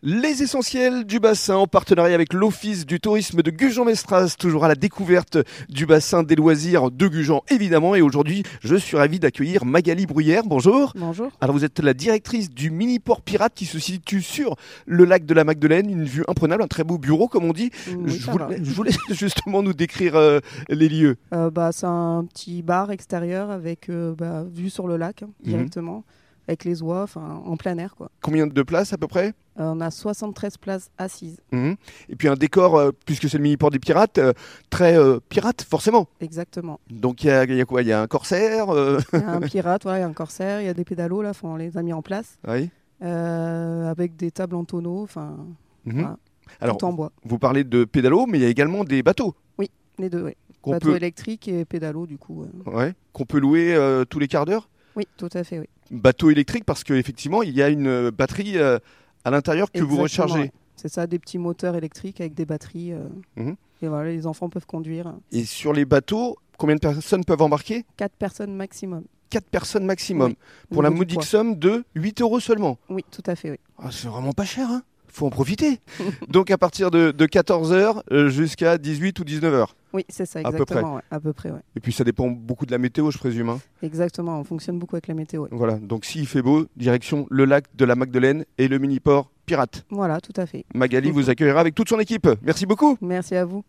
Les essentiels du bassin en partenariat avec l'Office du tourisme de Gujan-Mestras, toujours à la découverte du bassin des loisirs de Gujan, évidemment. Et aujourd'hui, je suis ravi d'accueillir Magali Bruyère. Bonjour. Bonjour. Alors, vous êtes la directrice du mini-port pirate qui se situe sur le lac de la Magdeleine, une vue imprenable, un très beau bureau, comme on dit. Oui, je, ça va. voulais, je voulais justement nous décrire euh, les lieux. Euh, bah, c'est un petit bar extérieur avec euh, bah, vue sur le lac hein, Mhm. directement, avec les oies, enfin en plein air quoi. Combien de places à peu près Euh, on a 73 places assises, Mhm. Et puis un décor, euh, puisque c'est le mini-port des pirates, euh, très euh, pirate, forcément. exactement. Donc, il y a, il y a quoi Il y a un corsaire euh, Il y a un pirate, voilà, il y a un corsaire, il y a des pédalos là, enfin, on les a mis en place Oui. euh, avec des tables en tonneau, enfin Mhm. Ah. Alors, tout en bois. vous parlez de pédalo, mais il y a également des bateaux Les deux, ouais. qu'on bateau peut, électrique et pédalo du coup. euh. ouais, qu'on peut louer euh, tous les quarts d'heure. Oui, tout à fait, oui. Bateau électrique parce qu'effectivement, il y a une euh, batterie euh, à l'intérieur que vous Exactement, rechargez. ouais. C'est ça, des petits moteurs électriques avec des batteries. euh, Mhm. Et voilà, les enfants peuvent conduire. Et sur les bateaux, combien de personnes peuvent embarquer Quatre personnes maximum. 4 personnes maximum, Oui, au pour la niveau du modique somme de 8 euros seulement. poids. Oui, tout à fait, oui. Ah, c'est vraiment pas cher, hein faut en profiter. Donc à partir de, 14h jusqu'à 18 ou 19h. Oui, c'est ça, À peu près. exactement. ouais, À peu près, ouais. Et puis ça dépend beaucoup de la météo, je présume. hein. Exactement, on fonctionne beaucoup avec la météo. ouais. Voilà, donc s'il fait beau, direction le lac de la Magdeleine et le mini-port pirate. Voilà, tout à fait. Magali vous accueillera avec toute son équipe. Merci beaucoup. Merci à vous.